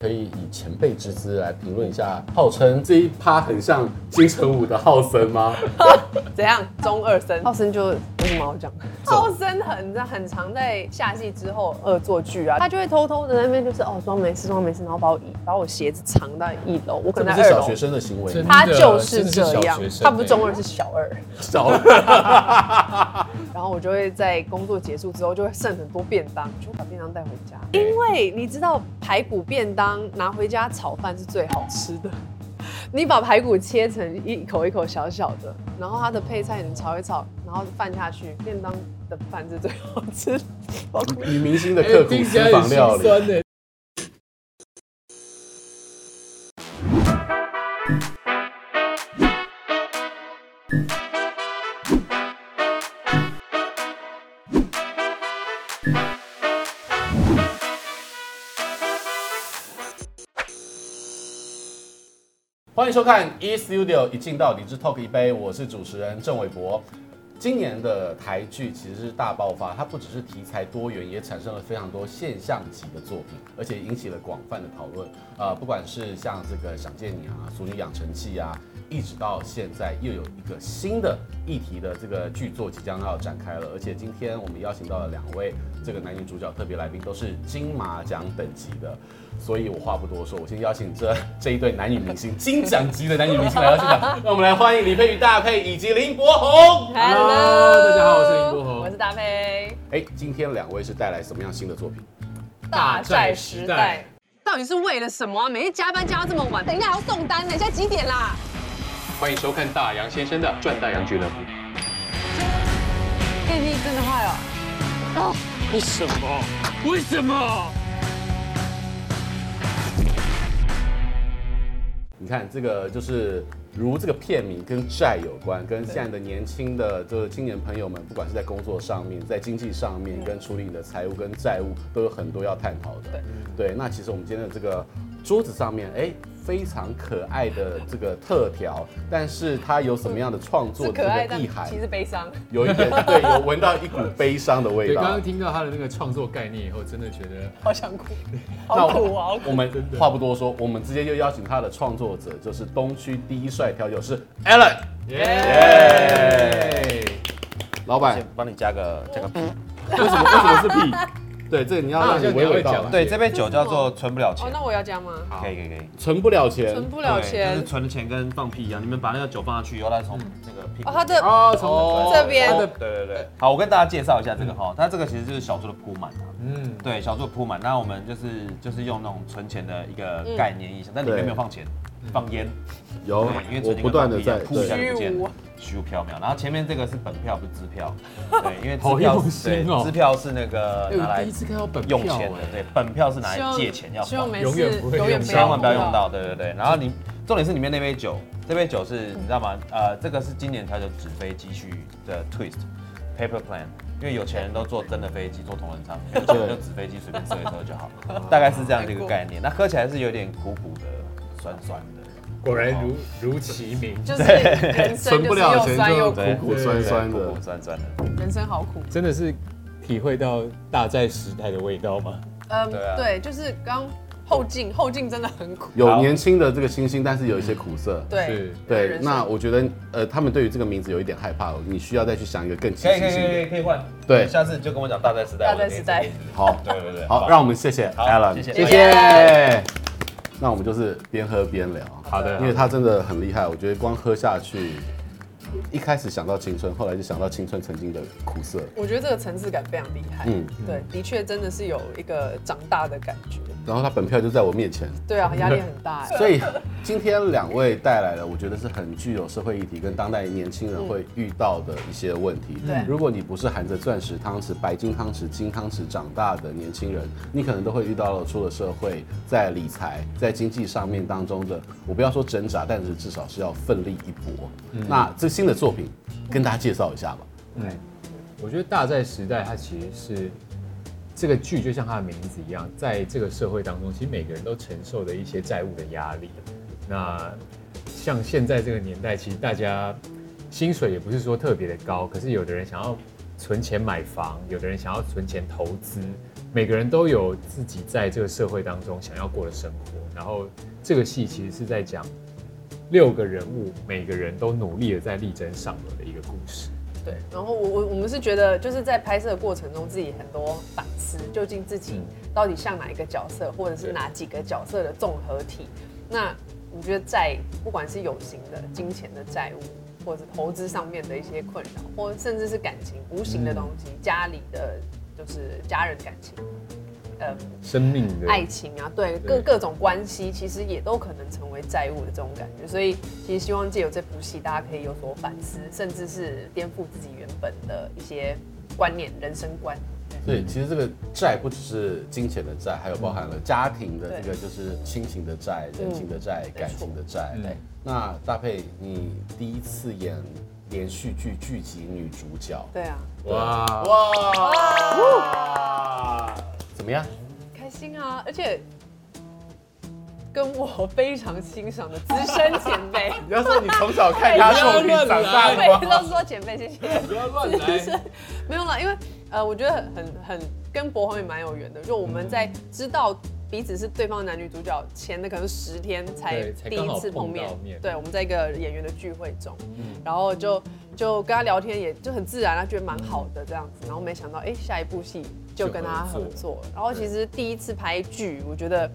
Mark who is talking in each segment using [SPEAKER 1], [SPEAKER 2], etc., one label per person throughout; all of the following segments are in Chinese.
[SPEAKER 1] 可以以前辈之资来评论一下，号称这一趴很像金城武的浩森 吗？
[SPEAKER 2] 怎样？中二生，
[SPEAKER 3] 浩森就有什么好讲？
[SPEAKER 2] 浩森很很常在夏季之后恶作剧啊，
[SPEAKER 3] 他就会偷偷的在那边就是哦装没事装没事，然后把我椅把我鞋子藏到一楼，我可
[SPEAKER 1] 这不
[SPEAKER 3] 能
[SPEAKER 1] 是
[SPEAKER 3] 在二
[SPEAKER 1] 小
[SPEAKER 3] 楼
[SPEAKER 1] 学。生的行为
[SPEAKER 4] 真
[SPEAKER 1] 吗，
[SPEAKER 3] 他就是
[SPEAKER 4] 真的是
[SPEAKER 3] 这
[SPEAKER 4] 小
[SPEAKER 3] 样
[SPEAKER 4] 学，生
[SPEAKER 3] 他不是
[SPEAKER 4] 欸
[SPEAKER 3] 中二是小二。
[SPEAKER 1] 小
[SPEAKER 3] 然后我就会在工作结束之后就会剩很多便当，就把便当带回家。
[SPEAKER 2] 因
[SPEAKER 4] 对
[SPEAKER 2] 为你知道排骨便当拿回家炒饭是最好吃的。你把排骨切成一口一口小小的，然后它的配菜你炒一炒，然后饭下去，便当的饭是最好吃的。
[SPEAKER 1] 女明星的刻苦
[SPEAKER 4] 哎听起来
[SPEAKER 1] 私
[SPEAKER 4] 很
[SPEAKER 1] 房
[SPEAKER 4] 心
[SPEAKER 1] 料理。
[SPEAKER 4] 酸欸呢。
[SPEAKER 1] 欢迎收看 E Studio 一镜到底之 Talk 一杯，我是主持人郑伟博。今年的台剧其实是大爆发，它不只是题材多元，也产生了非常多现象级的作品，而且引起了广泛的讨论。呃，不管是像这个《想见你》啊，《俗女养成记》啊，一直到现在又有一个新的议题的这个剧作即将要展开了。而且今天我们邀请到了两位这个男女主角特别来宾，都是金马奖等级的。所以我话不多说，我先邀请这这一对男女明星，金奖级的男女明星来到现场。让我们来欢迎李佩与大佩以及林柏宏。
[SPEAKER 4] Hello，大家好我是林柏宏
[SPEAKER 2] 我是大飞。
[SPEAKER 1] 哎，今天两位是带来什么样新的作品？
[SPEAKER 4] 大债时代，
[SPEAKER 2] 到底是为了什么啊？每天加班加到这么晚，等一下还要送单呢，现在几点啦？
[SPEAKER 4] 欢迎收看大洋先生的《赚大洋俱乐部》。
[SPEAKER 3] 哎
[SPEAKER 2] 电力真的坏哦。
[SPEAKER 4] 为什么？为什么？
[SPEAKER 1] 你看这个就是如这个片名跟债有关，跟现在的年轻的就是青年朋友们，不管是在工作上面，在经济上面，跟处理你的财务跟债务，都有很多要探讨的。对，那其实我们今天的这个桌子上面，哎。非常可爱的这个特调，但是它有什么样的创作
[SPEAKER 2] 是
[SPEAKER 1] 的
[SPEAKER 2] 可爱，
[SPEAKER 1] 这
[SPEAKER 2] 但
[SPEAKER 1] 个意涵？
[SPEAKER 2] 其实悲伤。
[SPEAKER 1] 有一点对，有闻到一股悲伤的味
[SPEAKER 4] 对，刚
[SPEAKER 1] 道
[SPEAKER 4] 刚。听到他的那个创作概念以后，真的觉得
[SPEAKER 2] 好想哭，
[SPEAKER 1] 那
[SPEAKER 2] 好苦啊！好苦
[SPEAKER 1] 我们话不多说，我们直接就邀请他的创作者，就是东区第一帅调酒师 Alan。耶
[SPEAKER 4] 耶！
[SPEAKER 1] 老板
[SPEAKER 5] 先，帮你加个加个 P。
[SPEAKER 1] 为什么为什么是屁？对，这个你要让你娓娓道
[SPEAKER 4] 啊
[SPEAKER 1] 来。
[SPEAKER 5] 对，这杯酒叫做存不了钱
[SPEAKER 2] 哦，。那我要加吗？
[SPEAKER 4] 好
[SPEAKER 5] 可以可以可以。
[SPEAKER 1] 存不了钱。
[SPEAKER 2] 存不了
[SPEAKER 5] 对
[SPEAKER 2] 钱
[SPEAKER 5] 就是。存的钱跟放屁一样，你们把那个酒放下去以后，它从那个屁股
[SPEAKER 2] 哦，。他的
[SPEAKER 4] 啊，从
[SPEAKER 2] 这边
[SPEAKER 4] 他
[SPEAKER 5] 对
[SPEAKER 4] 的
[SPEAKER 5] 对对，好，我跟大家介绍一下这个哈，它这个其实就是小猪的铺满啊，
[SPEAKER 4] 嗯，
[SPEAKER 5] 对，小猪的铺满，那我们就是就是用那种存钱的一个概念意象，但里面没有放钱，放烟，
[SPEAKER 1] 有
[SPEAKER 5] 对，
[SPEAKER 1] 哦
[SPEAKER 5] 因为，
[SPEAKER 1] 我
[SPEAKER 5] 存钱
[SPEAKER 1] 不断的
[SPEAKER 5] 跟放
[SPEAKER 1] 在
[SPEAKER 5] 屁一样噗一下
[SPEAKER 1] 对。
[SPEAKER 5] 就不
[SPEAKER 2] 虚
[SPEAKER 5] 见
[SPEAKER 2] 无
[SPEAKER 5] 了，虚无缥缈。然后前面这个是本票，不是支票，对，因为支
[SPEAKER 4] 好
[SPEAKER 5] 票
[SPEAKER 4] 用
[SPEAKER 5] 是对
[SPEAKER 4] 心哦
[SPEAKER 5] 支票是那个
[SPEAKER 4] 哎
[SPEAKER 5] 拿
[SPEAKER 4] 我
[SPEAKER 5] 来
[SPEAKER 4] 第一次看到本票
[SPEAKER 5] 用钱的，
[SPEAKER 4] 哎，
[SPEAKER 5] 对，本票是拿
[SPEAKER 2] 希
[SPEAKER 5] 来
[SPEAKER 2] 望
[SPEAKER 5] 借钱要
[SPEAKER 2] 希
[SPEAKER 5] 还
[SPEAKER 2] 望。没
[SPEAKER 4] 永
[SPEAKER 2] 事，
[SPEAKER 4] 远不会用到
[SPEAKER 5] 千万不要用。到，对对对。然后你重点是里面那杯酒，这杯酒是
[SPEAKER 2] 嗯
[SPEAKER 5] 你知道吗？呃，这个是今年调酒纸飞机去的 twist paper plan。因为有钱人都坐真的飞机，坐同人舱，有钱人就纸飞机随便坐一坐就好，大概是这样的一个概念。那喝起来是有点苦苦的、酸酸的，
[SPEAKER 4] 果然如如其名，
[SPEAKER 2] 就是人生就是又酸又苦，
[SPEAKER 5] 对
[SPEAKER 1] 苦苦酸酸
[SPEAKER 5] 苦
[SPEAKER 1] 的
[SPEAKER 5] 苦。酸酸的。
[SPEAKER 2] 人生好苦。
[SPEAKER 4] 真的是体会到大债时代的味道吗？
[SPEAKER 2] 嗯
[SPEAKER 5] 对啊，
[SPEAKER 2] 对，就是刚后劲，后劲真的很苦。
[SPEAKER 1] 有年轻的这个星星，但是有一些苦涩。
[SPEAKER 3] 嗯
[SPEAKER 2] 对
[SPEAKER 4] 是，
[SPEAKER 1] 对，
[SPEAKER 2] 人生
[SPEAKER 1] 那我觉得呃，他们对于这个名字有一点害怕，你需要再去想一个更清
[SPEAKER 5] 可以
[SPEAKER 1] 晰
[SPEAKER 5] 可以可
[SPEAKER 1] 性
[SPEAKER 5] 以
[SPEAKER 1] 的。
[SPEAKER 5] 可以换，
[SPEAKER 1] 对
[SPEAKER 5] 下次就跟我讲大在时代，
[SPEAKER 2] 大在时代
[SPEAKER 5] 我就给你这个名字
[SPEAKER 1] 好
[SPEAKER 5] 对对对，
[SPEAKER 1] 好，让我们谢谢
[SPEAKER 5] 好
[SPEAKER 1] Alan，
[SPEAKER 5] 谢谢
[SPEAKER 1] 谢
[SPEAKER 5] 谢
[SPEAKER 1] 谢。那我们就是边喝边聊，
[SPEAKER 4] 好的
[SPEAKER 1] 因为他真的很厉害，我觉得光喝下去，一开始想到青春，后来就想到青春曾经的苦涩。
[SPEAKER 2] 我觉得这个层次感非常厉害。
[SPEAKER 1] 嗯
[SPEAKER 2] 嗯，对，的确真的是有一个长大的感觉。
[SPEAKER 1] 然后他本票就在我面前，
[SPEAKER 2] 对啊，压力很大哎。
[SPEAKER 1] 所以今天两位带来的，我觉得是很具有社会议题跟当代年轻人会遇到的一些问题。
[SPEAKER 2] 对
[SPEAKER 1] 如果你不是含着钻石汤匙、白金汤匙、金汤匙长大的年轻人，你可能都会遇到了出了社会，在理财、在经济上面当中的，我不要说挣扎，但是至少是要奋力一搏。那这新的作品跟大家介绍一下吧。
[SPEAKER 4] 嗯，我觉得《大债时代》它其实是这个剧，就像它的名字一样，在这个社会当中，其实每个人都承受的一些债务的压力。那像现在这个年代，其实大家薪水也不是说特别的高，可是有的人想要存钱买房，有的人想要存钱投资，每个人都有自己在这个社会当中想要过的生活。然后这个戏其实是在讲六个人物，每个人都努力的在力争上游的一个故事。
[SPEAKER 3] 对，然后我我我们是觉得就是在拍摄的过程中，自己很多反思，究竟自己到底像哪一个角色，或者是哪几个角色的综合体。那我觉得在不管是有形的金钱的债务，或者是投资上面的一些困扰，或甚至是感情无形的东西，家里的就是家人感情，嗯、
[SPEAKER 4] 生命的
[SPEAKER 3] 爱情啊，对各各种关系，其实也都可能成为债务的这种感觉。所以，其实希望借由这部戏，大家可以有所反思，甚至是颠覆自己原本的一些观念、人生观。
[SPEAKER 1] 对，其实这个债不只是金钱的债，还有包含了家庭的这个就是亲情的债、人情的债、感情的债。
[SPEAKER 4] 对，
[SPEAKER 1] 那大佩，你第一次演连续剧剧集女主角，
[SPEAKER 3] 对啊，
[SPEAKER 4] 哇
[SPEAKER 1] 哇，怎么样？
[SPEAKER 3] 开心啊！而且跟我非常欣赏的资深前辈，
[SPEAKER 1] 你要说你从小看她作品长大
[SPEAKER 3] 每
[SPEAKER 1] 的
[SPEAKER 3] 次
[SPEAKER 1] 吗？
[SPEAKER 3] 都说前辈，谢谢。
[SPEAKER 4] 不要 乱来！
[SPEAKER 3] 没有啦，因为呃，我觉得很很很跟博宏也蛮有缘的，就我们在知道彼此是对方的男女主角前的可能十天才
[SPEAKER 4] 对才
[SPEAKER 3] 第
[SPEAKER 4] 刚
[SPEAKER 3] 一
[SPEAKER 4] 好
[SPEAKER 3] 次碰面
[SPEAKER 4] 碰到，面
[SPEAKER 3] 对，我们在一个演员的聚会中，
[SPEAKER 1] 嗯
[SPEAKER 3] 然后就就跟他聊天，也就很自然啊，觉得蛮好的这样子，然后没想到哎、下一部戏就跟他合
[SPEAKER 4] 就合
[SPEAKER 3] 作，然后其实第一次拍剧，我觉得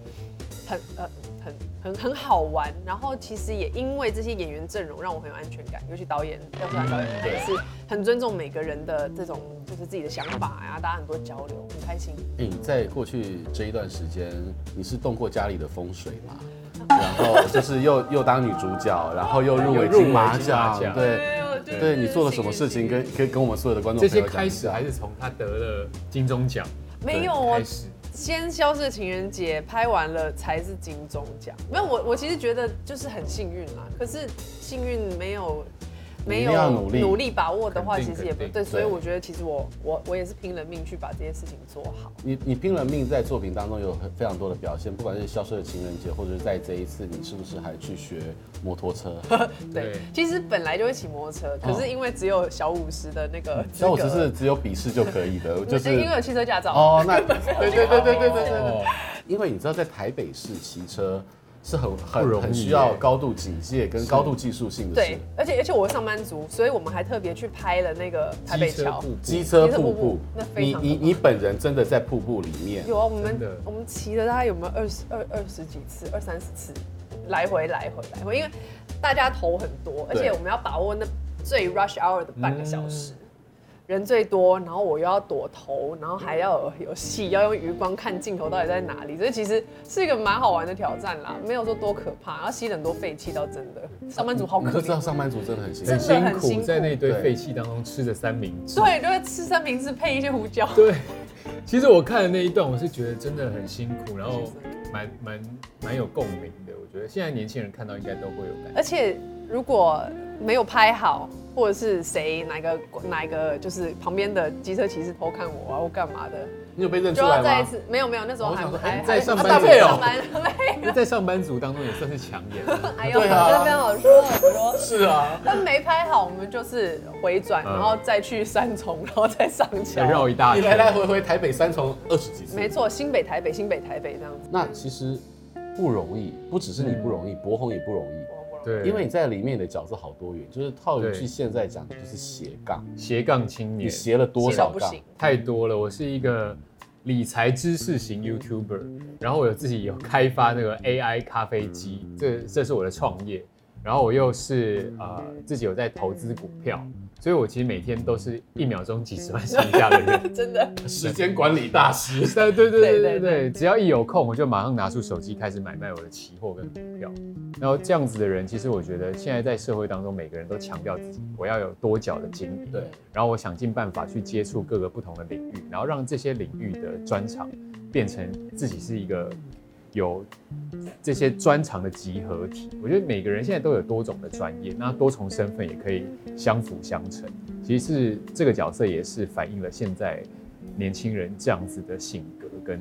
[SPEAKER 3] 很呃。很很很好玩，然后其实也因为这些演员阵容让我很有安全感，尤其导演廖志涵导演他也是很尊重每个人的这种就是自己的想法呀、大家很多交流，很开心。
[SPEAKER 1] 哎，你在过去这一段时间，你是动过家里的风水吗？然后就是又又当女主角，然后又入围金马奖
[SPEAKER 4] 又入围金马，奖
[SPEAKER 1] 对。对你做了什么事情，跟跟跟我们所有的观众
[SPEAKER 4] 这
[SPEAKER 1] 朋
[SPEAKER 4] 些
[SPEAKER 1] 友讲
[SPEAKER 4] 开
[SPEAKER 1] 一
[SPEAKER 4] 始
[SPEAKER 1] 下
[SPEAKER 4] 还。是从他得了金钟奖
[SPEAKER 3] 没有我
[SPEAKER 4] 开始，
[SPEAKER 3] 先消失的情人节拍完了才是金钟奖，没有我我其实觉得就是很幸运啦，可是幸运没有。没
[SPEAKER 1] 你一定要
[SPEAKER 3] 有
[SPEAKER 1] 努力
[SPEAKER 3] 把握的话，
[SPEAKER 4] 肯
[SPEAKER 3] 其
[SPEAKER 4] 定
[SPEAKER 3] 实也不
[SPEAKER 4] 肯定
[SPEAKER 3] 对，所以
[SPEAKER 1] 对
[SPEAKER 3] 我觉得其实我我我也是拼了命去把这些事情做好。
[SPEAKER 1] 你你拼了命在作品当中有很非常多的表现，不管是《消失的情人节》，或者是在这一次，你是不是还去学摩托 车？
[SPEAKER 3] 对
[SPEAKER 4] 对，
[SPEAKER 3] 其实本来就会骑摩托车，可是因为只有小五十的那个资
[SPEAKER 1] 所以哦嗯我
[SPEAKER 3] 格，
[SPEAKER 1] 只是只有笔试就可以 的，就
[SPEAKER 3] 就是是因为有汽车驾照。
[SPEAKER 1] 哦， 那对对对对对对对对，
[SPEAKER 4] 哦，
[SPEAKER 1] 因为你知道在台北市骑车是很
[SPEAKER 4] 不容
[SPEAKER 1] 很
[SPEAKER 4] 易
[SPEAKER 1] 很需
[SPEAKER 4] 耶
[SPEAKER 1] 要高度警戒跟高度技术性的
[SPEAKER 3] 对
[SPEAKER 1] 事。，
[SPEAKER 3] 而且而且我上班族，所以我们还特别去拍了那个台北
[SPEAKER 4] 机车
[SPEAKER 3] 桥
[SPEAKER 4] 瀑。布
[SPEAKER 1] 机车
[SPEAKER 3] 机车
[SPEAKER 1] 瀑
[SPEAKER 3] 瀑
[SPEAKER 1] 布
[SPEAKER 3] 布那，非
[SPEAKER 1] 你
[SPEAKER 3] 常
[SPEAKER 1] 你
[SPEAKER 3] 可怕
[SPEAKER 1] 你本人真的在瀑布里面，
[SPEAKER 3] 有啊，我们
[SPEAKER 4] 真的
[SPEAKER 3] 我们骑了大概有没有二十二二十几次，二三十次，来回来回来回，因为大家头很多，而
[SPEAKER 1] 对
[SPEAKER 3] 且我们要把握那最 rush hour 的半个小
[SPEAKER 1] 嗯
[SPEAKER 3] 时。人最多，然后我又要躲头，然后还要有有戏，要用余光看镜头到底在哪里，所以其实是一个蛮好玩的挑战啦，没有说多可怕，然后吸了很多废气到真的，上班族好
[SPEAKER 1] 你
[SPEAKER 3] 可
[SPEAKER 1] 就知道
[SPEAKER 3] 怜。
[SPEAKER 1] 上班族真的很辛苦
[SPEAKER 3] 真
[SPEAKER 4] 很。
[SPEAKER 3] 的很
[SPEAKER 4] 辛
[SPEAKER 3] 辛苦
[SPEAKER 4] 苦，在那堆
[SPEAKER 1] 对
[SPEAKER 4] 废气当中吃着三明治。
[SPEAKER 3] 对，就会吃三明治配一些胡椒。
[SPEAKER 4] 对，其实我看的那一段，我是觉得真的很辛苦，然后蛮蛮蛮有共鸣的。我觉得现在年轻人看到应该都会有感觉。
[SPEAKER 3] 而且如果没有拍好，或者是谁哪个哪个就是旁边的机车骑士偷看我啊，或干嘛的，
[SPEAKER 1] 你有被认出
[SPEAKER 3] 就要
[SPEAKER 1] 来
[SPEAKER 3] 再一
[SPEAKER 1] 吗？
[SPEAKER 3] 次没有没有，那时候
[SPEAKER 1] 我
[SPEAKER 3] 还
[SPEAKER 1] 想说哎
[SPEAKER 3] 还
[SPEAKER 4] 在上班
[SPEAKER 3] 还
[SPEAKER 4] 族
[SPEAKER 3] 上班没
[SPEAKER 4] 那在上班族当中也算是抢眼，
[SPEAKER 3] 哎呦，
[SPEAKER 1] 对啊
[SPEAKER 3] 这边好说好说。
[SPEAKER 1] 是啊，
[SPEAKER 3] 但没拍好，我们就是回转，
[SPEAKER 4] 嗯
[SPEAKER 3] 然后再去三重，然后再上桥
[SPEAKER 4] 再。绕一大
[SPEAKER 1] 你来来
[SPEAKER 4] 圈。
[SPEAKER 1] 回回台北三重二十几次，
[SPEAKER 3] 没错，新北台北，新北台北这样子。
[SPEAKER 1] 那其实不容易，不只是你不容易，博宏也不容易，
[SPEAKER 4] 嗯对，
[SPEAKER 1] 因为你在里面的角色好多元，就是套一句
[SPEAKER 4] 对
[SPEAKER 1] 现在讲的就是斜杠，
[SPEAKER 4] 斜杠青
[SPEAKER 1] 你
[SPEAKER 4] 年
[SPEAKER 1] 斜了多少
[SPEAKER 3] 斜到不
[SPEAKER 1] 杠
[SPEAKER 3] 行？
[SPEAKER 4] 太多了。我是一个理财知识型 YouTuber，然后我有自己有开发那个 AI 咖啡机，这这是我的创业。然后我又是呃自己有在投资股票，所以我其实每天都是一秒钟几十万身价的人。
[SPEAKER 3] 真的，
[SPEAKER 1] 时间管理大师，
[SPEAKER 4] 呃对对对对
[SPEAKER 3] 对对
[SPEAKER 4] 对对，只要一有空，我就马上拿出手机开始买卖我的期货跟股票。然后这样子的人，其实我觉得现在在社会当中，每个人都强调自己我要有多角的经营，
[SPEAKER 1] 对，
[SPEAKER 4] 然后我想尽办法去接触各个不同的领域，然后让这些领域的专长变成自己是一个有这些专长的集合体。我觉得每个人现在都有多种的专业，那多重身份也可以相辅相成。其实是这个角色也是反映了现在年轻人这样子的性格跟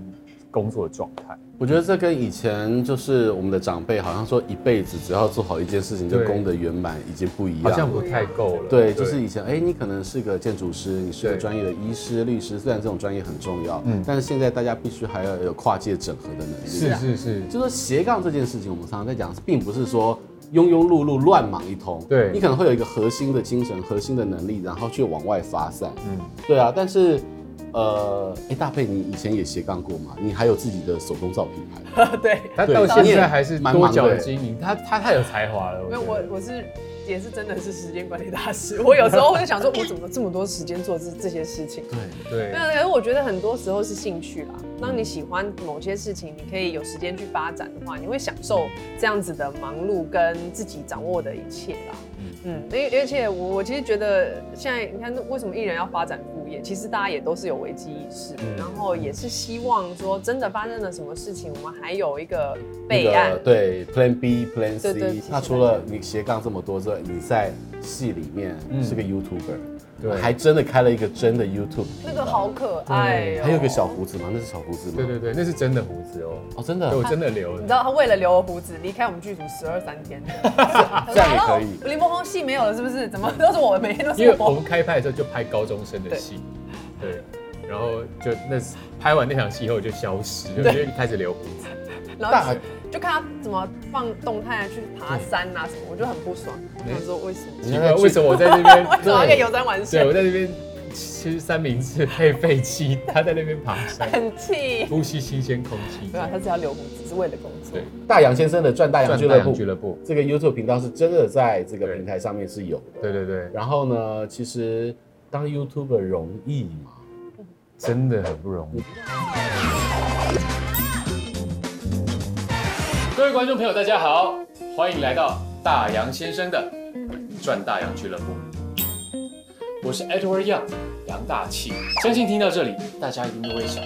[SPEAKER 4] 工作的状态。
[SPEAKER 1] 我觉得这跟以前就是我们的长辈，好像说一辈子只要做好一件事情就
[SPEAKER 4] 对
[SPEAKER 1] 功德圆满，已经不一
[SPEAKER 4] 好
[SPEAKER 1] 样
[SPEAKER 4] 像
[SPEAKER 1] 了。
[SPEAKER 4] 不太够了。
[SPEAKER 1] 对，就是以前，哎，你可能是个建筑师，你是个
[SPEAKER 4] 对
[SPEAKER 1] 专业的医师、律师，虽然这种专业很重要，
[SPEAKER 4] 嗯
[SPEAKER 1] 但是现在大家必须还要有跨界整合的能力。
[SPEAKER 4] 是是是，
[SPEAKER 1] 就说斜杠这件事情，我们常常在讲，并不是说庸庸碌碌乱莽一通，
[SPEAKER 4] 对
[SPEAKER 1] 你可能会有一个核心的精神、核心的能力，然后去往外发散。
[SPEAKER 4] 嗯，
[SPEAKER 1] 对啊，但是。呃，哎，大佩，你以前也斜杠过吗？你还有自己的手工皂品牌，
[SPEAKER 3] 对，
[SPEAKER 4] 他
[SPEAKER 1] 对
[SPEAKER 4] 到
[SPEAKER 1] 你
[SPEAKER 4] 现
[SPEAKER 1] 也
[SPEAKER 4] 在还是
[SPEAKER 1] 蛮
[SPEAKER 4] 多
[SPEAKER 1] 忙的
[SPEAKER 4] 角
[SPEAKER 1] 欸
[SPEAKER 4] 经营，他他太有才华了。
[SPEAKER 3] 没有
[SPEAKER 4] 觉
[SPEAKER 3] 我
[SPEAKER 4] 得
[SPEAKER 3] 我是也是真的是时间管理大师。我有时候会想说，我怎么这么多时间做这这些事情？
[SPEAKER 1] 对，
[SPEAKER 4] 对
[SPEAKER 3] 没有，可是我觉得很多时候是兴趣啦。当你喜欢某些事情，你可以有时间去发展的话，你会享受这样子的忙碌跟自己掌握的一切啦。嗯，而而且我我其实觉得现在你看为什么艺人要发展副业，其实大家也都是有危机意识，
[SPEAKER 1] 嗯
[SPEAKER 3] 然后也是希望说真的发生了什么事情，我们还有一个备案。
[SPEAKER 1] 那个对，Plan B、Plan
[SPEAKER 3] 对对
[SPEAKER 1] C
[SPEAKER 3] 其。实
[SPEAKER 1] 那除了你斜杠这么多之外，你在戏里面是个 YouTuber，、
[SPEAKER 4] 嗯对
[SPEAKER 1] 还真的开了一个真的 YouTube，
[SPEAKER 3] 那个好可爱、哦，
[SPEAKER 1] 还有个小胡子吗？那是小胡子吗？
[SPEAKER 4] 对对对，那是真的胡子哦，
[SPEAKER 1] 哦，真
[SPEAKER 4] 对
[SPEAKER 1] 的
[SPEAKER 4] 我，真的留
[SPEAKER 3] 嗯你
[SPEAKER 4] 了
[SPEAKER 3] 知。道他为了留胡子离开我们剧组十二三天，
[SPEAKER 1] 这样也可以。
[SPEAKER 3] 林柏宏戏没有了是不是？怎么 都是我每天都
[SPEAKER 4] 因
[SPEAKER 3] 是
[SPEAKER 4] 为我
[SPEAKER 3] 我？
[SPEAKER 4] 们开拍的时候就拍高中生的戏，对，然后就那拍完那场戏以后就消失，就就开始留胡子。
[SPEAKER 3] 然后就看他怎么放动态去爬山啊什么，我就很不爽。
[SPEAKER 1] 嗯
[SPEAKER 3] 我想说为什么？
[SPEAKER 1] 你
[SPEAKER 4] 奇
[SPEAKER 1] 现
[SPEAKER 4] 怪，
[SPEAKER 1] 在去
[SPEAKER 4] 为什么我在这边
[SPEAKER 3] 为？什么要跟游山玩
[SPEAKER 4] 对，
[SPEAKER 3] 水？
[SPEAKER 4] 我在这边吃三明治配废气，他在那边爬山，
[SPEAKER 3] 很气。
[SPEAKER 4] 呼吸新鲜空气
[SPEAKER 3] 没。有，他是要留胡子，是为了工作
[SPEAKER 4] 对。，
[SPEAKER 1] 大洋先生的赚大洋
[SPEAKER 4] 赚
[SPEAKER 1] 俱
[SPEAKER 4] 太
[SPEAKER 1] 乐
[SPEAKER 4] 阳
[SPEAKER 1] 部
[SPEAKER 4] 俱，乐部。
[SPEAKER 1] 这个 YouTube 频道是真的在这个
[SPEAKER 4] 对
[SPEAKER 1] 平台上面是有的。
[SPEAKER 4] 对对对，
[SPEAKER 1] 然后呢，其实当 YouTuber 容易吗？
[SPEAKER 4] 真的很不容易。各位观众朋友，大家好，欢迎来到大洋先生的赚大洋俱乐部。我是 Edward Young，杨大器。相信听到这里，大家一定都会想：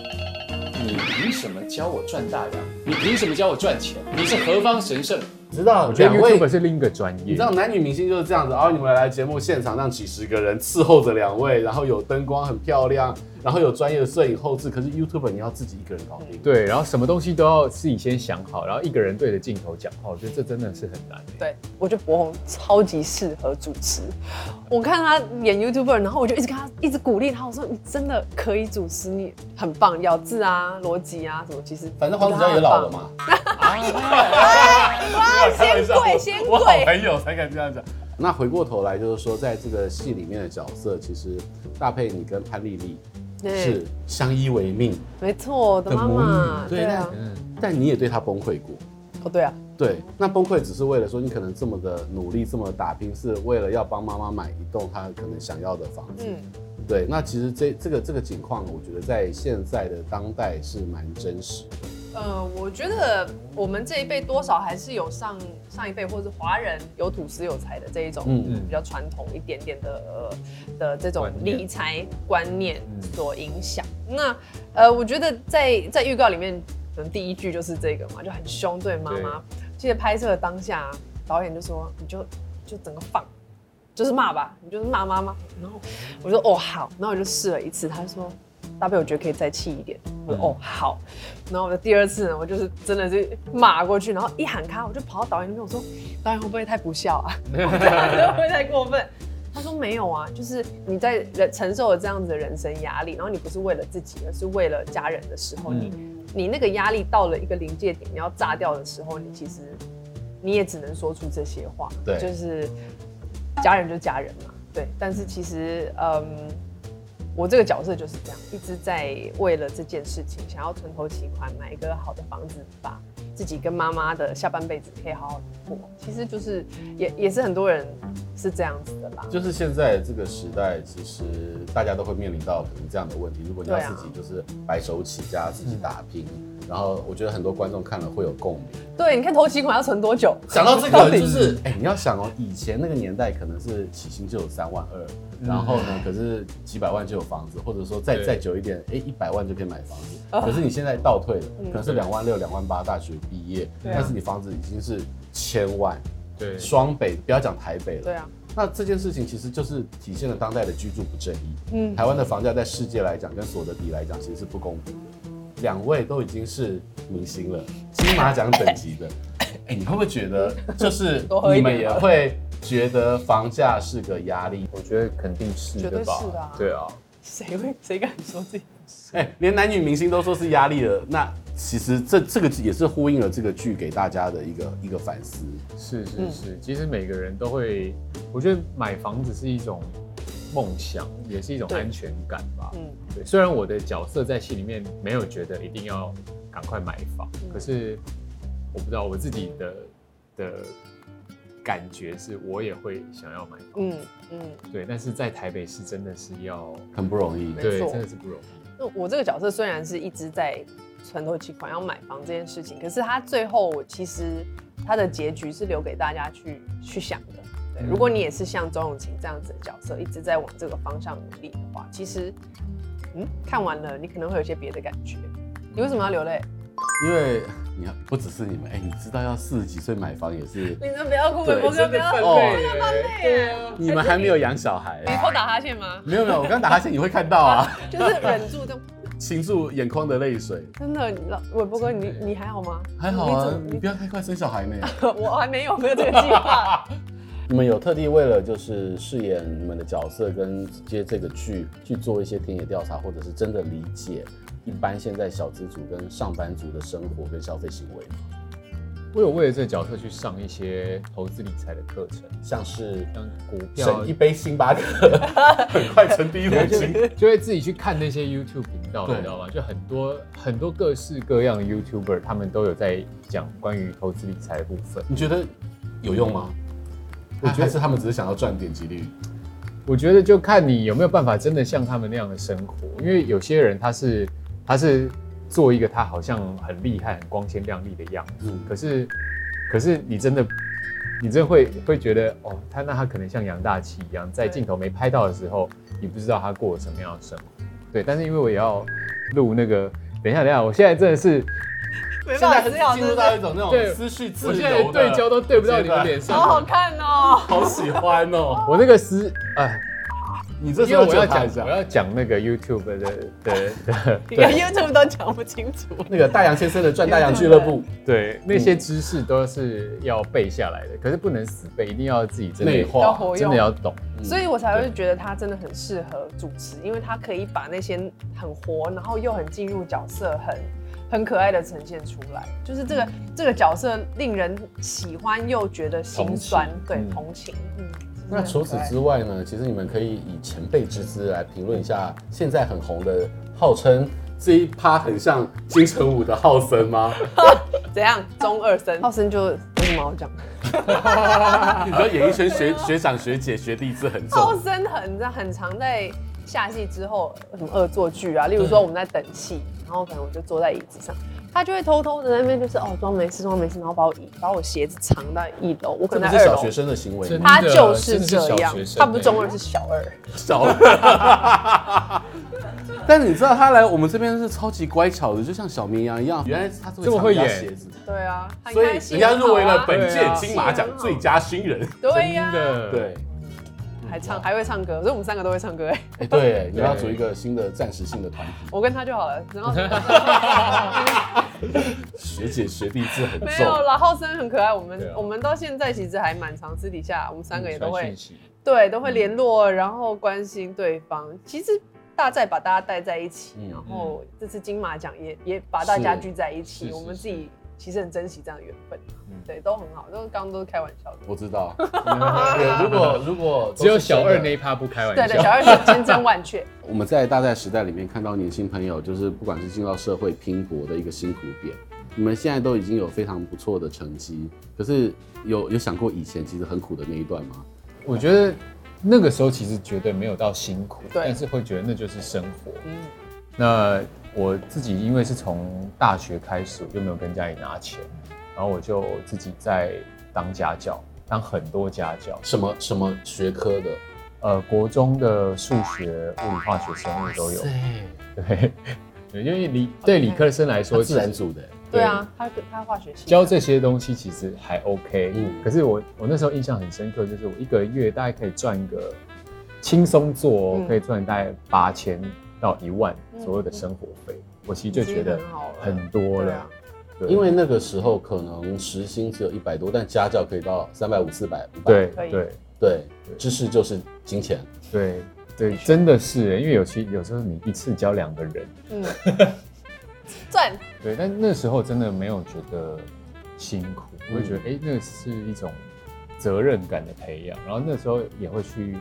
[SPEAKER 4] 你凭什么教我赚大洋？你凭什么教我赚钱？你是何方神圣？
[SPEAKER 1] 知道两位，
[SPEAKER 4] 是另一个专
[SPEAKER 1] 你知道男女明星就是这样子，然哦后你们来节目现场让几十个人伺候着两位，然后有灯光很漂亮，然后有专业的摄影后置，可是 YouTuber 你要自己一个人搞定。
[SPEAKER 4] 对，然后什么东西都要自己先想好，然后一个人对着镜头讲话，我觉得这真的是很难。欸
[SPEAKER 3] 对，我觉得博宏超级适合主持。我看他演 YouTuber，然后我就一直跟他一直鼓励他，我说你真的可以主持，你很棒，咬字啊、逻辑啊什么，其实
[SPEAKER 1] 反正黄子佼也老了嘛，
[SPEAKER 3] 啊，先跪先跪。
[SPEAKER 1] 朋友才敢这样讲。那回过头来就是说，在这个戏里面的角色，其实大佩你跟潘丽丽
[SPEAKER 3] 对
[SPEAKER 1] 是相依为命，
[SPEAKER 3] 没错，我的妈妈，
[SPEAKER 1] 对
[SPEAKER 3] 啊，
[SPEAKER 4] 嗯，
[SPEAKER 1] 但你也对她崩溃过。
[SPEAKER 3] 哦对啊，
[SPEAKER 1] 对，那崩溃只是为了说你可能这么的努力，这么打拼，是为了要帮妈妈买一栋她可能想要的房子。
[SPEAKER 3] 嗯，
[SPEAKER 1] 对，那其实这这个这个情况，我觉得在现在的当代是蛮真实的。
[SPEAKER 3] 呃，我觉得我们这一辈多少还是有上上一辈或是华人有土司有财的这一种，
[SPEAKER 1] 嗯
[SPEAKER 4] 嗯
[SPEAKER 3] 比较传统一点点的呃的这种
[SPEAKER 4] 观念
[SPEAKER 3] 理财观念
[SPEAKER 4] 嗯
[SPEAKER 3] 所影响。那呃，我觉得在在预告里面，可能第一句就是这个嘛，就很凶对妈妈。记得拍摄的当下，导演就说你就就整个放。就是骂吧，你就是骂妈妈。然后我就说哦好，然后我就试了一次，他就说大贝，我觉得可以再气一点。我
[SPEAKER 4] 嗯
[SPEAKER 3] 说哦好，然后我的第二次呢，我就是真的是骂过去，然后一喊卡，我就跑到导演那边，我说导演会不会太不孝啊？ 会不会太过分？他说没有啊，就是你在人承受了这样子的人生压力，然后你不是为了自己，而是为了家人的时候，
[SPEAKER 4] 嗯
[SPEAKER 3] 你你那个压力到了一个临界点，你要炸掉的时候，你其实你也只能说出这些话，
[SPEAKER 1] 对
[SPEAKER 3] 就是家人就家人嘛，对。但是其实，嗯，我这个角色就是这样，一直在为了这件事情，想要存头期款买一个好的房子，把自己跟妈妈的下半辈子可以好好地过。其实就是也也是很多人是这样子的啦，
[SPEAKER 1] 就是现在这个时代，其实大家都会面临到可能这样的问题。如果你要
[SPEAKER 3] 对啊
[SPEAKER 1] 自己就是白手起家，自己打拼，然后我觉得很多观众看了会有共鸣。
[SPEAKER 3] 对，你看头期款要存多久？
[SPEAKER 1] 想到这
[SPEAKER 3] 到
[SPEAKER 1] 个
[SPEAKER 3] 底
[SPEAKER 1] 就是，哎、你要想哦，以前那个年代可能是起薪就有三万二，然后呢，可是几百万就有房子，或者说再
[SPEAKER 4] 对
[SPEAKER 1] 再久一点，哎、一百万就可以买房子。可是你现在倒退了，可能是两万六、两万八大学毕业，
[SPEAKER 3] 对啊
[SPEAKER 1] 但是你房子已经是千万，
[SPEAKER 4] 对，
[SPEAKER 1] 双北不要讲台北了。
[SPEAKER 3] 对啊，
[SPEAKER 1] 那这件事情其实就是体现了当代的居住不正义。
[SPEAKER 3] 嗯
[SPEAKER 1] 台湾的房价在世界来讲，跟所得比来讲，其实是不公平的。两位都已经是明星了，金马奖等级的。哎、你会不会觉得， 就是
[SPEAKER 3] 多喝
[SPEAKER 1] 你
[SPEAKER 3] 一点
[SPEAKER 1] 们也会觉得房价是个压力？
[SPEAKER 4] 我觉得肯定是
[SPEAKER 2] 绝
[SPEAKER 4] 的
[SPEAKER 2] 对
[SPEAKER 4] 吧？
[SPEAKER 2] 是的啊
[SPEAKER 4] 对啊，
[SPEAKER 3] 谁会谁敢说自己？
[SPEAKER 1] 哎、连男女明星都说是压力了，那其实这这个也是呼应了这个剧给大家的一个一个反思。
[SPEAKER 4] 是
[SPEAKER 2] 嗯
[SPEAKER 4] 是是，其实每个人都会，我觉得买房子是一种梦想，也是一种
[SPEAKER 3] 对
[SPEAKER 4] 安全感吧。
[SPEAKER 3] 嗯，
[SPEAKER 4] 对，虽然我的角色在戏里面没有觉得一定要赶快买房，
[SPEAKER 3] 嗯
[SPEAKER 4] 可是我不知道我自己的的感觉是，我也会想要买房。
[SPEAKER 3] 嗯嗯，
[SPEAKER 4] 对，但是在台北市真的是要，
[SPEAKER 1] 很不容易，
[SPEAKER 4] 对，
[SPEAKER 3] 错
[SPEAKER 4] 真的是不容易。
[SPEAKER 3] 那我这个角色虽然是一直在存头期款要买房这件事情，可是他最后我其实他的结局是留给大家去去想的。对，如果你也是像周永晴这样子的角色，一直在往这个方向努力的话，其实，嗯，看完了你可能会有一些别的感觉。你为什么要流泪？
[SPEAKER 1] 因为你要不只是你们，哎、你知道要四十几岁买房也是，
[SPEAKER 3] 林真不要哭，
[SPEAKER 1] 对
[SPEAKER 3] 博哥不要
[SPEAKER 4] 分
[SPEAKER 1] 哦
[SPEAKER 4] 类耶
[SPEAKER 3] 对啊
[SPEAKER 1] 你们还没有养小 孩、
[SPEAKER 3] 你偷打哈欠吗？
[SPEAKER 1] 没有没有，我刚打哈欠你会看到啊，
[SPEAKER 3] 就是忍住这样，
[SPEAKER 1] 噙住眼眶的泪水。
[SPEAKER 3] 真的，老伟博哥，你你还好吗？
[SPEAKER 1] 还好啊
[SPEAKER 3] 你 怎，么
[SPEAKER 1] 你不要太快生小孩呢。
[SPEAKER 3] 我还没有没有这个计划。
[SPEAKER 1] 你们有特地为了就是饰演你们的角色跟接这个剧去做一些田野调查，或者是真的理解一般现在小资族跟上班族的生活跟消费行为吗？
[SPEAKER 4] 我有为了这个角色去上一些投资理财的课程，
[SPEAKER 1] 像是
[SPEAKER 4] 像股票
[SPEAKER 1] 省一杯星巴克，很快成第一桶金。
[SPEAKER 4] 就会自己去看那些 YouTube 频道，你
[SPEAKER 1] 对
[SPEAKER 4] 知道吗？就很多很多各式各样的 YouTuber，他们都有在讲关于投资理财的部分。
[SPEAKER 1] 你觉得有用 吗？我觉得是他们只是想要赚点击率。
[SPEAKER 4] 我觉得就看你有没有办法真的像他们那样的生活，因为有些人他是他是做一个他好像很厉害、很光鲜亮丽的样子，
[SPEAKER 1] 嗯，
[SPEAKER 4] 可是可是你真的你真的会会觉得哦，他那他可能像杨大器一样，在镜头没拍到的时候，你不知道他过了什么样的生活。对，但是因为我也要录那个，等一下等一下，我现在真的是
[SPEAKER 3] 没
[SPEAKER 1] 现
[SPEAKER 3] 办
[SPEAKER 1] 在
[SPEAKER 3] 法，
[SPEAKER 1] 很
[SPEAKER 3] 只好
[SPEAKER 1] 进
[SPEAKER 3] 真
[SPEAKER 1] 入到
[SPEAKER 3] 的
[SPEAKER 1] 一种那
[SPEAKER 4] 对
[SPEAKER 1] 种思绪自
[SPEAKER 4] 我现在
[SPEAKER 1] 由
[SPEAKER 4] 连对焦
[SPEAKER 1] 的，
[SPEAKER 4] 都对不到你们脸
[SPEAKER 3] 好好
[SPEAKER 4] 上。
[SPEAKER 3] 看哦。
[SPEAKER 1] 好喜欢 哦。
[SPEAKER 4] 我那个是啊，
[SPEAKER 1] 你这
[SPEAKER 4] 因
[SPEAKER 1] 时
[SPEAKER 4] 为
[SPEAKER 1] 候
[SPEAKER 4] 我要讲
[SPEAKER 1] 一下
[SPEAKER 4] 我。要讲那个 YouTube 的的的
[SPEAKER 3] 你连 YouTube 都讲不清楚。
[SPEAKER 1] 那个大洋先生的赚大洋俱乐部
[SPEAKER 4] 对，那些知识都是要背下来的，可是不能死背，一定要自己真
[SPEAKER 1] 内
[SPEAKER 4] 的
[SPEAKER 1] 化，
[SPEAKER 3] 要活用
[SPEAKER 4] 真的要懂。
[SPEAKER 3] 所以我才会觉得他真的很适合主持，因为他可以把那些很活，然后又很进入角色，很很可爱的呈现出来。就是这
[SPEAKER 1] 嗯
[SPEAKER 3] 个这个角色令人喜欢，又觉得心酸，对，
[SPEAKER 4] 嗯
[SPEAKER 3] 同情。嗯，
[SPEAKER 1] 那除此之外呢？其实你们可以以前辈之姿来评论一下现在很红的，号称这一趴很像金城武的浩森吗？
[SPEAKER 3] 怎样？中二生，浩森就有什么好讲？
[SPEAKER 1] 你知道演艺圈学学长、学姐、学弟制很
[SPEAKER 3] 浩
[SPEAKER 1] 重，
[SPEAKER 3] 森很很常在下戏之后什么恶作剧啊，例如说我们在等戏，然后可能我就坐在椅子上，他就会偷偷的在那边就是哦装没事装没事，然后把我椅把我鞋子藏到一楼，我可
[SPEAKER 1] 这不
[SPEAKER 3] 能
[SPEAKER 1] 是
[SPEAKER 3] 在二
[SPEAKER 1] 小
[SPEAKER 3] 楼
[SPEAKER 1] 学。生的行为
[SPEAKER 4] 真
[SPEAKER 1] 吗？
[SPEAKER 3] 他就是
[SPEAKER 4] 真的是
[SPEAKER 3] 这
[SPEAKER 4] 小
[SPEAKER 3] 样
[SPEAKER 4] 学，生
[SPEAKER 3] 他不是
[SPEAKER 4] 欸
[SPEAKER 3] 中二是小二，
[SPEAKER 1] 小。 但你知道他来我们这边是超级乖巧的，就像小绵羊一样。原来他这
[SPEAKER 4] 这么
[SPEAKER 1] 会
[SPEAKER 4] 会
[SPEAKER 1] 藏人家
[SPEAKER 4] 演
[SPEAKER 1] 鞋子，
[SPEAKER 3] 对啊，他
[SPEAKER 1] 所以
[SPEAKER 3] 应该
[SPEAKER 1] 人家入围了本
[SPEAKER 4] 对
[SPEAKER 1] 届
[SPEAKER 4] 啊
[SPEAKER 1] 金马奖最佳新人。
[SPEAKER 3] 对
[SPEAKER 4] 真
[SPEAKER 3] 呀、
[SPEAKER 4] 的，
[SPEAKER 1] 对，
[SPEAKER 3] 还唱还会唱歌，所以我们三个都会唱歌哎，
[SPEAKER 1] 哎对，你
[SPEAKER 4] 对
[SPEAKER 1] 要组一个新的暂时性的团体，
[SPEAKER 3] 我跟他就好了，然后
[SPEAKER 1] 学姐学弟制很重。
[SPEAKER 3] 没有啦，浩森很可爱，我们、
[SPEAKER 4] 对啊
[SPEAKER 3] 我们到现在其实还蛮常私底下，我们三个也都
[SPEAKER 4] 传
[SPEAKER 3] 会
[SPEAKER 4] 讯息
[SPEAKER 3] 对，
[SPEAKER 4] 嗯
[SPEAKER 3] 都会联络，然后关心对方。其实大寨把大家带在一起，
[SPEAKER 1] 嗯
[SPEAKER 3] 然后这次金马奖也也把大家聚在一
[SPEAKER 4] 是
[SPEAKER 3] 起，
[SPEAKER 4] 是
[SPEAKER 3] 我们
[SPEAKER 4] 是
[SPEAKER 3] 自己其实很珍惜这样的缘分，啊
[SPEAKER 4] 嗯
[SPEAKER 3] 对，都很好，都是刚刚都是开玩笑的。
[SPEAKER 1] 我知道，对如果如果
[SPEAKER 4] 只有小二那
[SPEAKER 1] 呢？
[SPEAKER 4] 一趴不开玩
[SPEAKER 3] 对
[SPEAKER 4] 笑。
[SPEAKER 3] 对，小二是千真万 确，
[SPEAKER 1] 我们在大代时代里面看到年轻朋友，就是不管是进到社会拼搏的一个辛苦点，你们现在都已经有非常不错的成绩，可是有有想过以前其实很苦的那一段吗？
[SPEAKER 4] 我觉得那个时候其实绝对没有到辛苦，
[SPEAKER 3] 对
[SPEAKER 4] 但是会觉得那就是生活。
[SPEAKER 3] 嗯，
[SPEAKER 4] 那我自己因为是从大学开始，我就没有跟家里拿钱，然后我就自己在当家教，当很多家教，
[SPEAKER 1] 什么什么学科的？
[SPEAKER 4] 呃，国中的数学、物理、化学、生物都有。对，对，因为理对理科生来说，
[SPEAKER 1] 说啊自然组的，
[SPEAKER 3] 对啊，他他化学系
[SPEAKER 4] 教这些东西其实还 OK，、
[SPEAKER 1] 嗯
[SPEAKER 4] 可是我我那时候印象很深刻，就是我一个月大概可以赚个轻松做、哦
[SPEAKER 3] 嗯
[SPEAKER 4] 可以赚大概八千到一万左右的生活费，我其实就觉得
[SPEAKER 2] 已经很好了
[SPEAKER 4] 很多
[SPEAKER 2] 对
[SPEAKER 4] 了。
[SPEAKER 2] 啊
[SPEAKER 4] 对
[SPEAKER 1] 因为那个时候可能时薪只有一百多，但家教可以到三百五、四百、五百。
[SPEAKER 4] 对
[SPEAKER 3] 可以
[SPEAKER 4] 对
[SPEAKER 1] 对，知识就是金钱。
[SPEAKER 4] 对对，真的是，欸因为有其有时候你一次教两个人，
[SPEAKER 3] 嗯， 赚
[SPEAKER 4] 对，但那时候真的没有觉得辛苦，我会觉
[SPEAKER 1] 嗯
[SPEAKER 4] 得哎、诶那是一种责任感的培养。然后那时候也会去，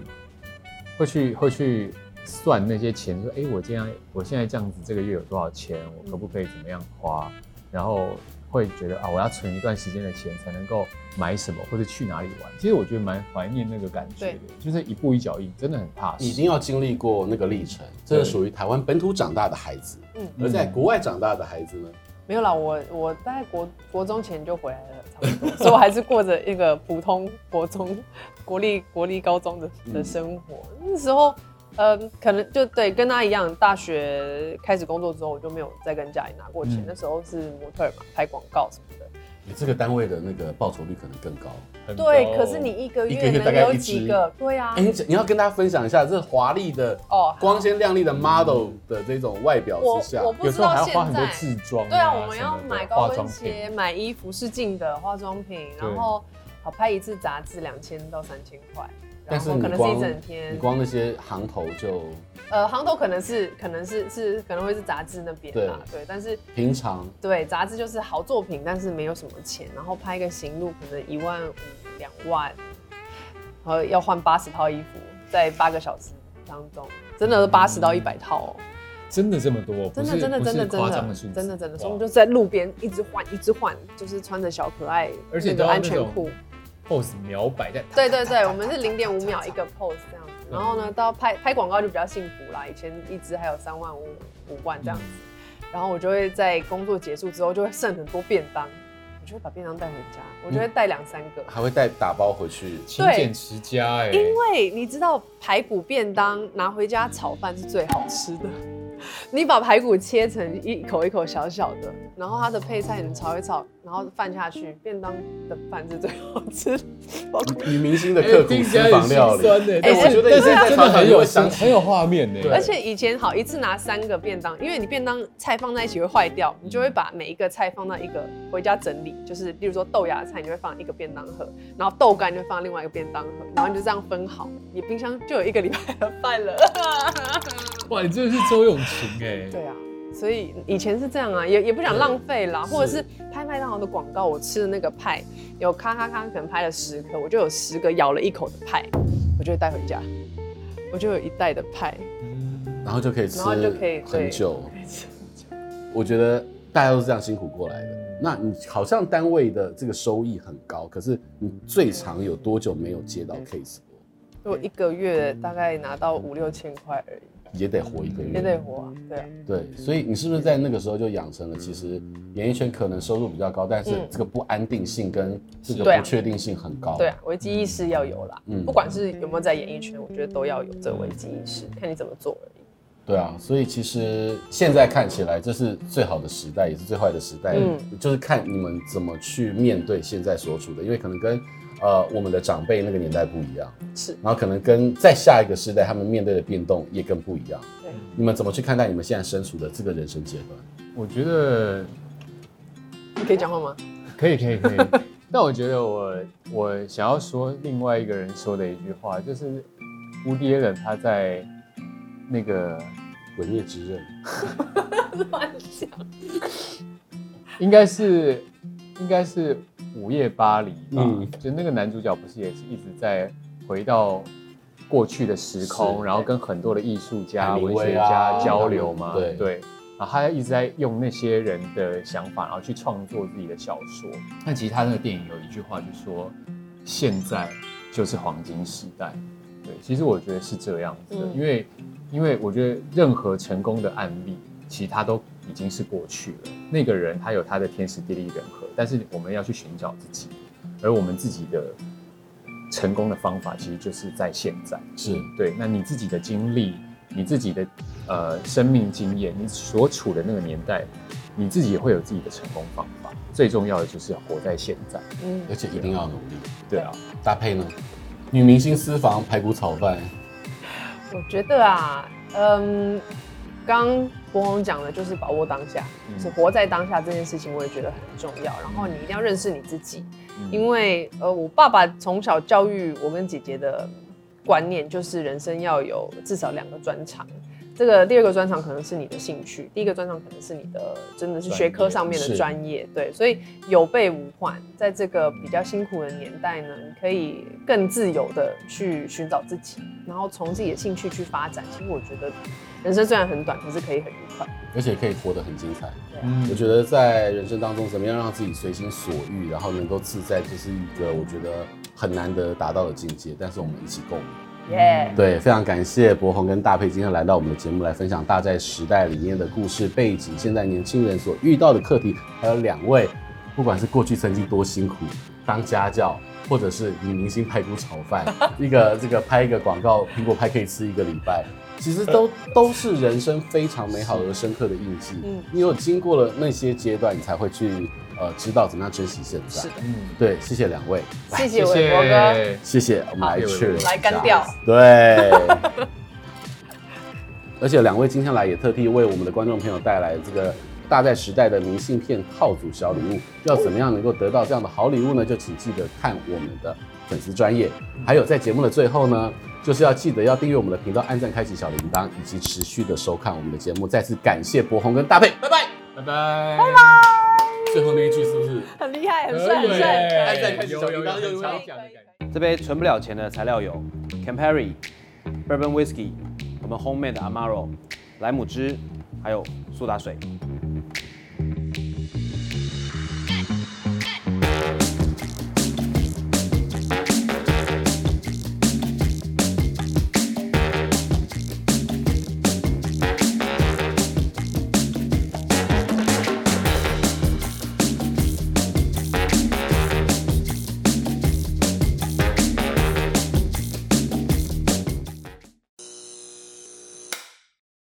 [SPEAKER 4] 会去会去算那些钱，说哎、诶我这样我现在这样子这个月有多少钱，我可不可以怎么样花？然后会觉得啊，我要存一段时间的钱才能够买什么或者去哪里玩。其实我觉得蛮怀念那个感觉的，就是一步一脚印，真的很踏实。
[SPEAKER 1] 已经要经历过那个历程，这是属于台湾本土长大的孩子。嗯
[SPEAKER 3] 嗯，
[SPEAKER 1] 而在国外长大的孩子呢，
[SPEAKER 3] 没有啦，我我大概国国中前就回来了，差不多，所以 我还是过着一个普通国中、 国立国立高中的的生活。那时候，呃，可能就对跟他一样，大学开始工作之后，我就没有再跟家里拿过钱。
[SPEAKER 4] 嗯
[SPEAKER 3] 那时候是模特儿嘛，拍广告什么的。
[SPEAKER 1] 你这个单位的那个报酬率可能更高。
[SPEAKER 4] 很高
[SPEAKER 3] 对，可是你一个
[SPEAKER 1] 嗯一个
[SPEAKER 3] 月
[SPEAKER 1] 月大
[SPEAKER 3] 能
[SPEAKER 1] 概
[SPEAKER 3] 有
[SPEAKER 1] 一
[SPEAKER 3] 几
[SPEAKER 1] 支
[SPEAKER 3] 个？对啊
[SPEAKER 1] 哎、，你你要跟大家分享一下这华丽的、
[SPEAKER 3] 哦好
[SPEAKER 1] 光鲜亮丽的 model 的这种外表
[SPEAKER 3] 我
[SPEAKER 1] 之下，
[SPEAKER 3] 我不
[SPEAKER 4] 有
[SPEAKER 3] 知
[SPEAKER 4] 时候还
[SPEAKER 3] 道
[SPEAKER 4] 要
[SPEAKER 3] 现
[SPEAKER 4] 花很多
[SPEAKER 3] 在。
[SPEAKER 4] 自装、
[SPEAKER 3] 对啊，我们
[SPEAKER 4] 嗯什么
[SPEAKER 3] 要
[SPEAKER 4] 的
[SPEAKER 3] 买高
[SPEAKER 4] 化妆
[SPEAKER 3] 跟
[SPEAKER 4] 品
[SPEAKER 3] 鞋、买衣服、试镜的化妆品，然
[SPEAKER 4] 对
[SPEAKER 3] 后好拍一次杂志两千到三千块，
[SPEAKER 1] 但
[SPEAKER 3] 然
[SPEAKER 1] 是
[SPEAKER 3] 后
[SPEAKER 1] 你
[SPEAKER 3] 可能
[SPEAKER 1] 光
[SPEAKER 3] 是一整
[SPEAKER 1] 你
[SPEAKER 3] 天。
[SPEAKER 1] 光那些行头就
[SPEAKER 3] 呃，行头可能是可能是是可能会是杂志那边啦，对，但是
[SPEAKER 1] 平常
[SPEAKER 3] 对杂志就是好作品，但是没有什么钱，然后拍一个行路可能一万五两万，然后要换八十套衣服，在八个小时当中，真的八十到一百套哦。
[SPEAKER 4] 真的这么多，
[SPEAKER 3] 真的
[SPEAKER 4] 不是
[SPEAKER 3] 真的
[SPEAKER 4] 不是
[SPEAKER 3] 真的真
[SPEAKER 4] 夸张
[SPEAKER 3] 的
[SPEAKER 4] 数字
[SPEAKER 3] 真的真的，所以我
[SPEAKER 4] 哇
[SPEAKER 3] 们就在路边一直换一直换，就是穿着小可爱，
[SPEAKER 4] 而且
[SPEAKER 3] 那
[SPEAKER 4] 都
[SPEAKER 3] 个
[SPEAKER 4] 要
[SPEAKER 3] 安
[SPEAKER 4] 那
[SPEAKER 3] 全
[SPEAKER 4] 种
[SPEAKER 3] 裤。
[SPEAKER 4] pose 秒摆在，
[SPEAKER 3] 对对对，我们是零点五秒一个 pose 这样子，
[SPEAKER 4] 嗯
[SPEAKER 3] 然后呢，到拍拍广告就比较幸福啦，以前一支还有三万五五万这样子，然后我就会在工作结束之后就会剩很多便当，我就会把便当带回家，我就会带两三个，
[SPEAKER 1] 还会带打包回去。
[SPEAKER 4] 勤俭持家哎、
[SPEAKER 3] 因为你知道排骨便当拿回家炒饭是最好吃的。 你把排骨切成一口一口小小的，然后它的配菜你炒一炒，然后饭下去，便当的饭是最好吃的。
[SPEAKER 1] 女明星的刻苦私房料理，
[SPEAKER 4] 哎、
[SPEAKER 1] 但
[SPEAKER 4] 但
[SPEAKER 1] 我
[SPEAKER 4] 是
[SPEAKER 1] 觉得
[SPEAKER 4] 但
[SPEAKER 1] 你
[SPEAKER 4] 是
[SPEAKER 1] 现在
[SPEAKER 4] 真
[SPEAKER 1] 常
[SPEAKER 4] 的
[SPEAKER 1] 常
[SPEAKER 4] 很
[SPEAKER 1] 也
[SPEAKER 4] 有
[SPEAKER 1] 会想起
[SPEAKER 4] 很有画面哎呢、
[SPEAKER 1] 对
[SPEAKER 3] 而且以前好一次拿三个便当，因为你便当菜放在一起会坏掉，你就会把每一个菜放到一个回家整理，就是例如说豆芽菜，你就会放一个便当盒，然后豆干就放另外一个便当盒，然后你就这样分好，你冰箱就有一个礼拜的饭了。
[SPEAKER 4] 哇，你真的是周永勤哎、
[SPEAKER 3] 对啊，所以以前是这样啊，也也不想浪费啦，
[SPEAKER 1] 是
[SPEAKER 3] 或者是拍麦当劳的广告，我吃的那个派有咔咔咔，可能拍了十颗，我就有十个咬了一口的派，我就会带回家，我就有一袋的派，
[SPEAKER 1] 然后就可以吃
[SPEAKER 3] 然后就可以
[SPEAKER 1] 很
[SPEAKER 3] 对
[SPEAKER 1] 久。我觉得大家都是这样辛苦过来的。那你好像单位的这个收益很高，可是你最长有多久没有接到
[SPEAKER 3] 嗯
[SPEAKER 1] case 过？
[SPEAKER 3] 我一个月大概拿到五六千块而已，
[SPEAKER 1] 也得活一个
[SPEAKER 3] 也
[SPEAKER 1] 月。
[SPEAKER 3] 得活啊，对啊，
[SPEAKER 1] 对，所以你是不是在那个时候就养成了，其实演艺圈可能收入比较高，但是
[SPEAKER 3] 嗯
[SPEAKER 1] 这个不安定性跟这
[SPEAKER 3] 对
[SPEAKER 1] 个
[SPEAKER 3] 啊
[SPEAKER 1] 不确定性很高。
[SPEAKER 3] 对啊，危机意识要有啦，
[SPEAKER 1] 嗯
[SPEAKER 3] 不管是有没有在演艺圈，我觉得都要有这个危机意识，看你怎么做而已。
[SPEAKER 1] 对啊，所以其实现在看起来，这是最好的时代，也是最坏的时代。
[SPEAKER 3] 嗯
[SPEAKER 1] 就是看你们怎么去面对现在所处的，因为可能跟呃我们的长辈那个年代不一样，
[SPEAKER 3] 是
[SPEAKER 1] 然后可能跟再下一个时代他们面对的变动也更不一样。
[SPEAKER 3] 对，
[SPEAKER 1] 你们怎么去看待你们现在身处的这个人生阶段？
[SPEAKER 4] 我觉得
[SPEAKER 3] 你可以讲话吗？
[SPEAKER 4] 可以可以可以， 但我觉得我我想要说另外一个人说的一句话，就是无敌人他在那个
[SPEAKER 1] 鬼灭之刃，
[SPEAKER 3] 乱讲，
[SPEAKER 4] 应该是应该是午夜巴黎吧，
[SPEAKER 1] 嗯
[SPEAKER 4] 就那个男主角不是也是一直在回到过去的时空，
[SPEAKER 1] 是
[SPEAKER 4] 然后跟很多的艺术家、
[SPEAKER 1] 海明
[SPEAKER 4] 文
[SPEAKER 1] 威
[SPEAKER 4] 学
[SPEAKER 1] 啊
[SPEAKER 4] 家交流吗？
[SPEAKER 1] 对
[SPEAKER 4] 然后他一直在用那些人的想法，然后去创作自己的小说。但其实他那个电影有一句话就说：“现在就是黄金时代。”对，其实我觉得是这样子的，
[SPEAKER 3] 嗯
[SPEAKER 4] 因为因为我觉得任何成功的案例，其实它都已经是过去了。那个人他有他的天时地利人和，但是我们要去寻找自己，而我们自己的成功的方法，其实就是在现在。
[SPEAKER 1] 是
[SPEAKER 4] 对，那你自己的经历，你自己的呃生命经验，你所处的那个年代，你自己也会有自己的成功方法。最重要的就是要活在现在。
[SPEAKER 3] 嗯，
[SPEAKER 1] 而且一定要努力。
[SPEAKER 4] 对啊，
[SPEAKER 1] 搭配呢，女明星私房排骨炒饭，
[SPEAKER 3] 我觉得啊，嗯，刚刚博宏讲的就是把握当下，
[SPEAKER 4] 嗯
[SPEAKER 3] 是活在当下这件事情，我也觉得很重要。然后你一定要认识你自己，
[SPEAKER 1] 嗯
[SPEAKER 4] 嗯
[SPEAKER 3] 因为呃，我爸爸从小教育我跟姐姐的观念就是人生要有至少两个专长。这个第二个专长可能是你的兴趣，第一个专长可能是你的真的是学科上面的
[SPEAKER 1] 专业
[SPEAKER 3] 专业，对，所以有备无患，在这个比较辛苦的年代呢，你可以更自由的去寻找自己，然后从自己的兴趣去发展。其实我觉得人生虽然很短，可是可以很愉快。
[SPEAKER 1] 而且可以活得很精彩。
[SPEAKER 4] 嗯
[SPEAKER 1] 我觉得在人生当中，怎么样让自己随心所欲，然后能够自在，这是一个我觉得很难得达到的境界。但是我们一起共勉。
[SPEAKER 6] 耶、
[SPEAKER 1] 对，啊非常感谢博宏跟大佩今天来到我们的节目来分享大寨时代里面的故事背景，现在年轻人所遇到的课题，还有两位，不管是过去曾经多辛苦当家教，或者是女明星排骨炒饭，一个这个拍一个广告，苹果派可以吃一个礼拜。其实都都是人生非常美好而深刻的印记。嗯
[SPEAKER 3] 嗯，
[SPEAKER 1] 你有经过了那些阶段，你才会去呃知道怎么样珍惜现在。
[SPEAKER 3] 是的
[SPEAKER 4] 嗯，
[SPEAKER 1] 对，谢谢两位，
[SPEAKER 3] 谢谢
[SPEAKER 4] 谢谢
[SPEAKER 3] 伟博哥，
[SPEAKER 1] 谢谢，我们来
[SPEAKER 4] 谢谢
[SPEAKER 1] cheers
[SPEAKER 3] 来干掉。
[SPEAKER 1] 对。 而且两位今天来也特地为我们的观众朋友带来这个大寨时代的明信片套组小礼物。要怎么样能够得到这样的好礼物呢？就请记得看我们的粉丝专业，还有在节目的最后呢，就是要记得要订阅我们的频道、按赞、开启小铃铛，以及持续的收看我们的节目。再次感谢博宏跟大佩，拜拜。
[SPEAKER 4] 拜拜，
[SPEAKER 1] 最后那一句是不是？
[SPEAKER 3] 很厉害，很
[SPEAKER 4] 可以
[SPEAKER 3] 帅，很帅。
[SPEAKER 4] 耶
[SPEAKER 1] 按赞开始
[SPEAKER 4] 有
[SPEAKER 1] 小铃
[SPEAKER 4] 有
[SPEAKER 1] 铛
[SPEAKER 4] 有
[SPEAKER 1] 有
[SPEAKER 4] 很
[SPEAKER 1] 有
[SPEAKER 4] 常讲的感觉。
[SPEAKER 5] 这杯存不了钱的材料有 Campari、Bourbon Whisky、我们 homemade Amaro、莱姆汁，还有苏打水。